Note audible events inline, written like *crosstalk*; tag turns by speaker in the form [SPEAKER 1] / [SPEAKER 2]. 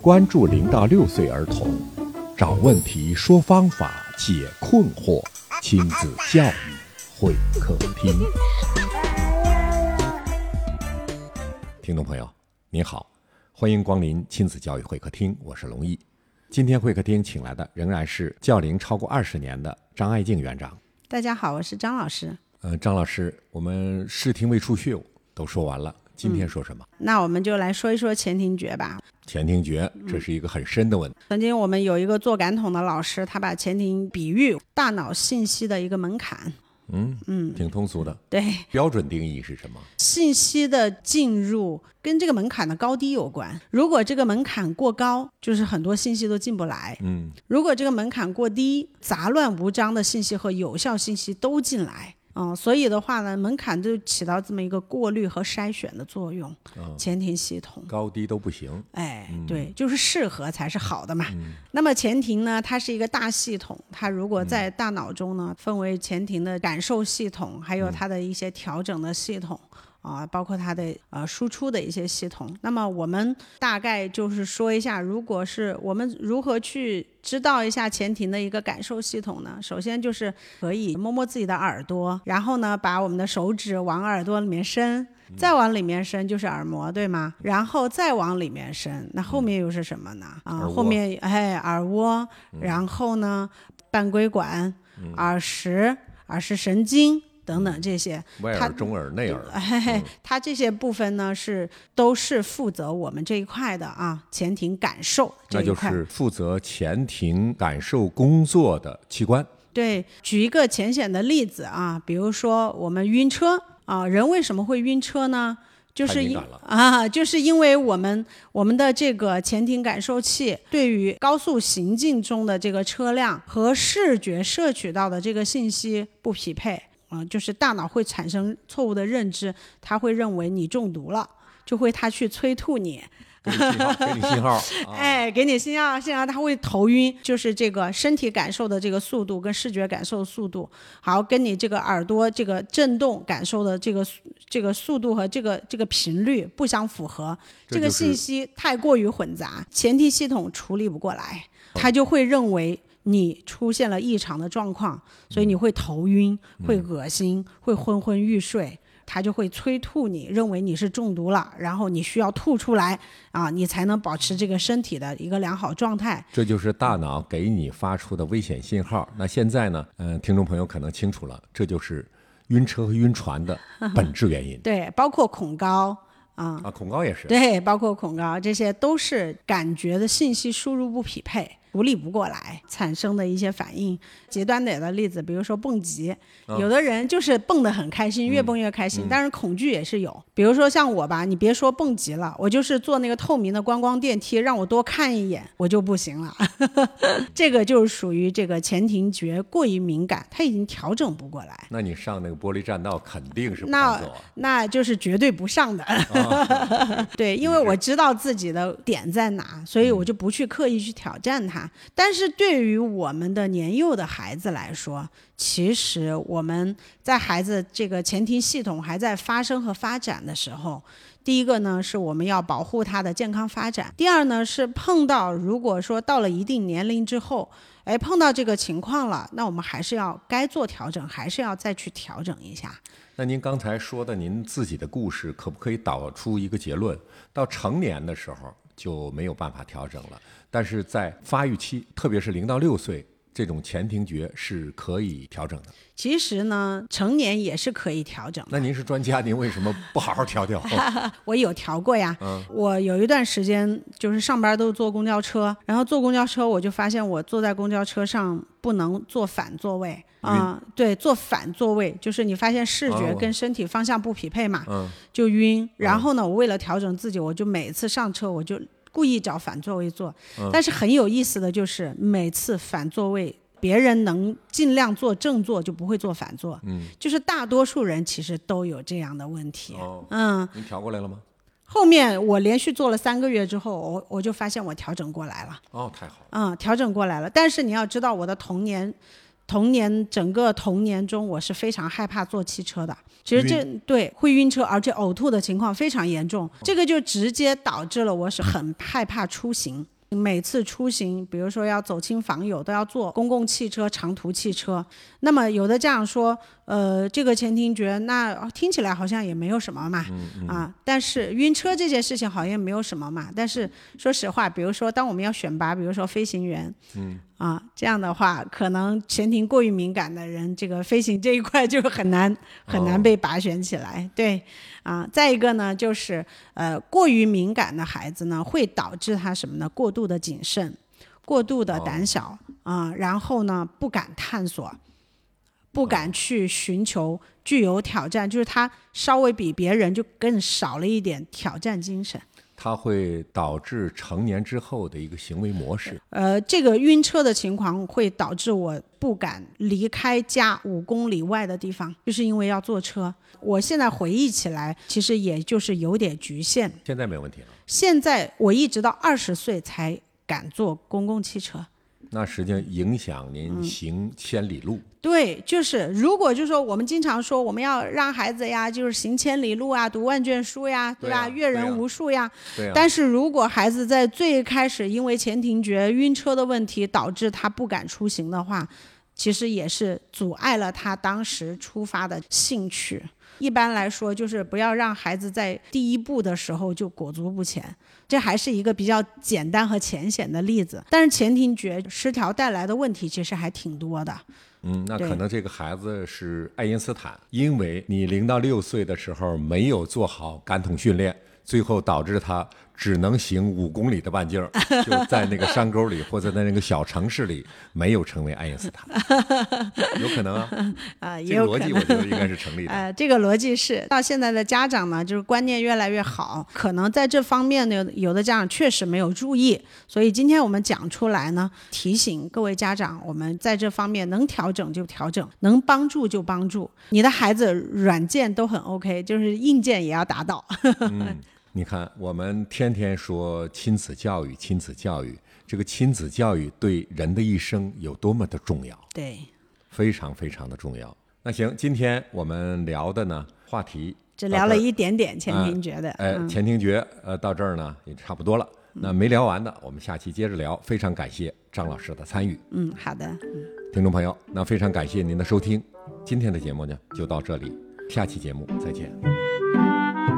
[SPEAKER 1] 关注零到六岁儿童，找问题、说方法、解困惑，亲子教育会客厅。听众朋友，您好，欢迎光临亲子教育会客厅，我是龙毅。今天会客厅请来的仍然是教龄超过二十年的张爱静园长。
[SPEAKER 2] 大家好，我是张老师。
[SPEAKER 1] 呃，张老师，我们视听未出穴都说完了，今天说什么？
[SPEAKER 2] 那我们就来说一说前庭觉吧。
[SPEAKER 1] 前庭觉，这是一个很深的问题。
[SPEAKER 2] 曾经我们有一个做感统的老师，他把前庭比喻大脑信息的一个门槛。
[SPEAKER 1] 嗯嗯，挺通俗的。
[SPEAKER 2] 对，
[SPEAKER 1] 标准定义是什么？
[SPEAKER 2] 信息的进入跟这个门槛的高低有关。如果这个门槛过高，就是很多信息都进不来；
[SPEAKER 1] 嗯
[SPEAKER 2] 如果这个门槛过低，杂乱无章的信息和有效信息都进来。嗯，所以的话呢，门槛就起到这么一个过滤和筛选的作用。
[SPEAKER 1] 嗯，
[SPEAKER 2] 前庭系统。
[SPEAKER 1] 高低都不行。
[SPEAKER 2] 哎，对，就是适合才是好的嘛。那么前庭呢，它是一个大系统，它如果在大脑中呢，分为前庭的感受系统，还有它的一些调整的系统。啊，包括它的呃输出的一些系统。那么我们大概就是说一下，如果是我们如何去知道一下前庭的一个感受系统呢？首先就是可以摸摸自己的耳朵，然后呢，把我们的手指往耳朵里面伸，再往里面伸就是耳膜，对吗？然后再往里面伸，那后面又是什么呢？啊，
[SPEAKER 1] 耳窝
[SPEAKER 2] 后面哎耳窝，然后呢半规管、耳石、耳石神经等等这些，
[SPEAKER 1] 外
[SPEAKER 2] 它
[SPEAKER 1] 耳、中耳、内耳，
[SPEAKER 2] 哎，它这些部分呢是都是负责我们这一块的啊，前庭感受这
[SPEAKER 1] 那
[SPEAKER 2] 一
[SPEAKER 1] 就
[SPEAKER 2] 块。
[SPEAKER 1] 是负责前庭感受工作的器官。
[SPEAKER 2] *laughs* 对，举一个浅显的例子啊，比如说我们晕车啊，人为什么会晕车呢？就
[SPEAKER 1] 太
[SPEAKER 2] 是
[SPEAKER 1] 敏
[SPEAKER 2] 因
[SPEAKER 1] 感了
[SPEAKER 2] 啊，就是因为我们我们的这个前庭感受器对于高速行进中的这个车辆和视觉摄取到的这个信息不匹配啊，就是大脑会产生错误的认知，它会认为你中毒了，就会它去催吐你，
[SPEAKER 1] 给你信号，给你信号。啊
[SPEAKER 2] 哎，给你信号，信号它会头晕，就是这个身体感受的这个速度跟视觉感受的速度，好，跟你这个耳朵这个震动感受的这个速这个速度和这个这个频率不相符合，
[SPEAKER 1] 这
[SPEAKER 2] 这个
[SPEAKER 1] 就是
[SPEAKER 2] 信息太过于混杂，前提系统处理不过来，它就会认为。你出现了异常的状况，所以你会头晕、
[SPEAKER 1] 嗯
[SPEAKER 2] 会恶心、会昏昏欲睡，它就会催吐你，认为你是中毒了，然后你需要吐出来，啊，你才能保持这个身体的一个良好状态。
[SPEAKER 1] 这就是大脑给你发出的危险信号。那现在呢？嗯、听众朋友可能清楚了，这就是晕车和晕船
[SPEAKER 2] *laughs*
[SPEAKER 1] 的本质原因
[SPEAKER 2] 对，包括恐高啊，
[SPEAKER 1] 啊。恐高也是。
[SPEAKER 2] 对，包括恐高，这些都是感觉的信息输入不匹配，处理不过来产生的一些反应。极端点的例子，比如说蹦极，有的人就是蹦得很开心，越蹦越开心，但是恐惧也是有。比如说像我吧，你别说蹦极了，我就是坐那个透明的观光电梯，让我多看一眼，我就不行了。 *laughs* 这个就是属于这个前庭觉过于敏感，它已经调整不过来。
[SPEAKER 1] 那你上那个玻璃栈道肯定是不
[SPEAKER 2] 那
[SPEAKER 1] 敢
[SPEAKER 2] *laughs*
[SPEAKER 1] 走啊。啊
[SPEAKER 2] 那就是绝对不上的，对，因为我知道自己的点在哪，所以我就不去刻意去挑战它。但是对于我们的年幼的孩子来说，其实我们在孩子这个前庭系统还在发生和发展的时候，第一个呢是我们要保护他的健康发展，第二呢是碰到如果说到了一定年龄之后。哎，碰到这个情况了，那我们还是要该做调整，还是要再去调整一下。
[SPEAKER 1] 那您刚才说的您自己的故事，可不可以导出一个结论？到成年的时候就没有办法调整了，但是在发育期，特别是零到六岁，这种前庭觉是可以调整的。 *laughs*
[SPEAKER 2] 其实呢，成年也是可以调整的。
[SPEAKER 1] 那您是专家，您为什么不好好调 *laughs* 调？
[SPEAKER 2] 我有调过呀，
[SPEAKER 1] 嗯
[SPEAKER 2] 我有一段时间就是上班都坐公交车，然后坐公交车我就发现我坐在公交车上不能坐反座位啊、对，坐反座位就是你发现视
[SPEAKER 1] 啊
[SPEAKER 2] 觉
[SPEAKER 1] 我
[SPEAKER 2] 跟身体方向不匹配嘛，
[SPEAKER 1] 嗯
[SPEAKER 2] 就晕。然后呢，我为了调整自己，我就每次上车我就故意找反座位坐，
[SPEAKER 1] 嗯
[SPEAKER 2] 但是很有意思的就是每次反座位。别人能尽量坐正座，就不会坐反座。
[SPEAKER 1] 嗯，
[SPEAKER 2] 就是大多数人其实都有这样的问题。
[SPEAKER 1] 哦，
[SPEAKER 2] 嗯，
[SPEAKER 1] 您调过来了吗？
[SPEAKER 2] 后面我连续做了三个月之后，我我就发现我调整过来了，
[SPEAKER 1] 哦，太好了，
[SPEAKER 2] 嗯，调整过来了。但是你要知道，我的童年，童年整个童年中，我是非常害怕坐汽车的。其实这对会晕车，而且呕吐的情况非常严重，这个就直接导致了我是很害怕出行。每次出行，比如说要走亲访友，都要坐公共汽车、长途汽车。那么有的家长说，呃，这个前庭觉那哦听起来好像也没有什么嘛，啊，但是晕车这件事情好像也没有什么嘛。但是说实话，比如说当我们要选拔，比如说飞行员，嗯，啊，这样的话，可能前庭过于敏感的人，这个飞行这一块就很难很难被拔选起来。对，啊，再一个呢，就是呃，过于敏感的孩子呢，会导致他什么呢？过度的谨慎，过度的胆小啊、然后呢，不敢探索，不敢去寻求具有挑战，就是他稍微比别人就更少了一点挑战精神。
[SPEAKER 1] 它啊会导致成年之后的一个行为模式。
[SPEAKER 2] 呃，这个晕车的情况会导致我不敢离开家五公里外的地方，就是因为要坐车。我现在回忆起来，其实也就是有点局限。
[SPEAKER 1] 现在没问题了，
[SPEAKER 2] 现在我一直到二十岁才敢坐公共汽车。
[SPEAKER 1] 那实际上影响您行千里路。
[SPEAKER 2] 对，就是如果就是说我们经常说我们要让孩子呀，就是行千里路啊，读万卷书呀，
[SPEAKER 1] 对
[SPEAKER 2] 吧？
[SPEAKER 1] 呀
[SPEAKER 2] 阅
[SPEAKER 1] 对呀
[SPEAKER 2] 人无数呀。
[SPEAKER 1] 对啊，
[SPEAKER 2] 但是如果孩子在最开始因为前庭觉、晕车的问题导致他不敢出行的话，其实也是阻碍了他当时出发的兴趣。一般来说，就是不要让孩子在第一步的时候就裹足不前，这还是一个比较简单和浅显的例子。但是前庭觉失调带来的问题其实还挺多的。
[SPEAKER 1] 嗯，那
[SPEAKER 2] 对
[SPEAKER 1] 可能这个孩子是爱因斯坦，因为你零到六岁的时候没有做好感统训练，最后导致他只能行五公里的半径儿，就在那个山沟里或者在那个小城市里，没有成为爱因斯坦，有可能啊，
[SPEAKER 2] *laughs* 啊、也
[SPEAKER 1] 这个
[SPEAKER 2] 有
[SPEAKER 1] 逻
[SPEAKER 2] 可
[SPEAKER 1] 辑
[SPEAKER 2] 能
[SPEAKER 1] 我。觉得应该是成立的。
[SPEAKER 2] 呃，这个逻辑是到现在的家长呢，就是观念越来越好，可能在这方面呢，有的家长确实没有注意，所以今天我们讲出来呢，提醒各位家长，我们在这方面能调整就调整，能帮助就帮助。你的孩子软件都很 OK，就是硬件也要达到。 *laughs*
[SPEAKER 1] 你看，我们天天说亲子教育，亲子教育，这个亲子教育对人的一生有多么的重要，
[SPEAKER 2] 对，
[SPEAKER 1] 非常非常的重要。那行，今天我们聊的呢话题
[SPEAKER 2] 只
[SPEAKER 1] 到
[SPEAKER 2] 聊
[SPEAKER 1] 这
[SPEAKER 2] 了
[SPEAKER 1] 儿
[SPEAKER 2] 一点点，前
[SPEAKER 1] 嗯
[SPEAKER 2] 庭觉得。
[SPEAKER 1] 哎，前庭觉，呃，到这儿呢也差不多了。那没聊完的，我们下期接着聊。非常感谢张老师的参与，
[SPEAKER 2] 嗯，好的，
[SPEAKER 1] 听众朋友，那非常感谢您的收听，今天的节目呢就到这里，下期节目再见。
[SPEAKER 2] 嗯